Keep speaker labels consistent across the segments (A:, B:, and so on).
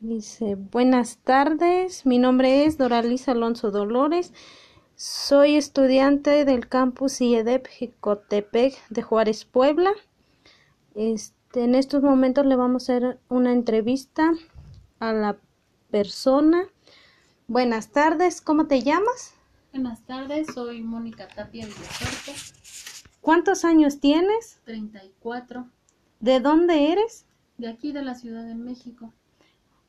A: Dice, buenas tardes, mi nombre es Doraliz Alonso Dolores, soy estudiante del campus E IEDEP Jicotepec de Juárez, Puebla. Este, en estos momentos le vamos a hacer una entrevista a la persona. Buenas tardes, ¿cómo te llamas?
B: Buenas tardes, soy Mónica Tapia Villasorte,
A: ¿Cuántos años tienes?
B: 34,
A: ¿De dónde eres?
B: de aquí de la Ciudad de México.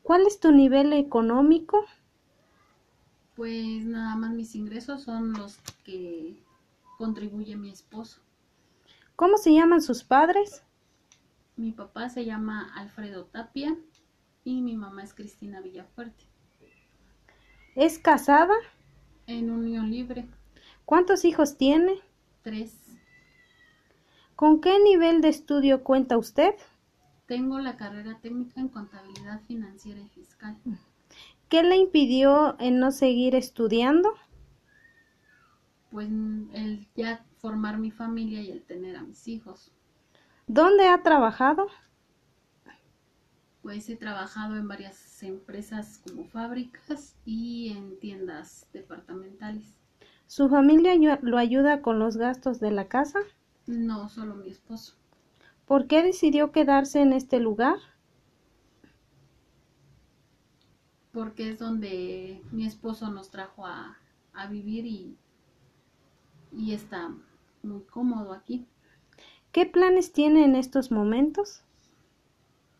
A: ¿Cuál es tu nivel económico?
B: Pues nada más mis ingresos son los que contribuye mi esposo.
A: ¿Cómo se llaman sus padres?
B: Mi papá se llama Alfredo Tapia y mi mamá es Cristina Villafuerte,
A: ¿Es casada?
B: en unión libre.
A: ¿Cuántos hijos tiene?
B: Tres.
A: ¿Con qué nivel de estudio cuenta usted?
B: Tengo la carrera técnica en contabilidad financiera y fiscal.
A: ¿Qué le impidió en no seguir estudiando?
B: Pues mm, el ya formar mi familia y el tener a mis hijos.
A: ¿Dónde ha trabajado?
B: Pues he trabajado en varias empresas como fábricas y en tiendas departamentales.
A: ¿Su familia ayu- lo ayuda con los gastos de la casa?
B: No solo mi esposo.
A: ¿Por qué decidió quedarse en este lugar?
B: porque es donde mi esposo nos trajo a, a vivir y, y está muy cómodo aquí.
A: ¿Qué planes tiene en estos momentos?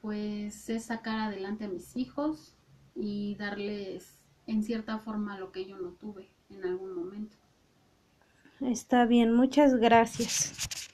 B: Pues es sacar adelante a mis hijos y darles en cierta forma lo que yo no tuve en algún momento.
A: Está bien, muchas gracias.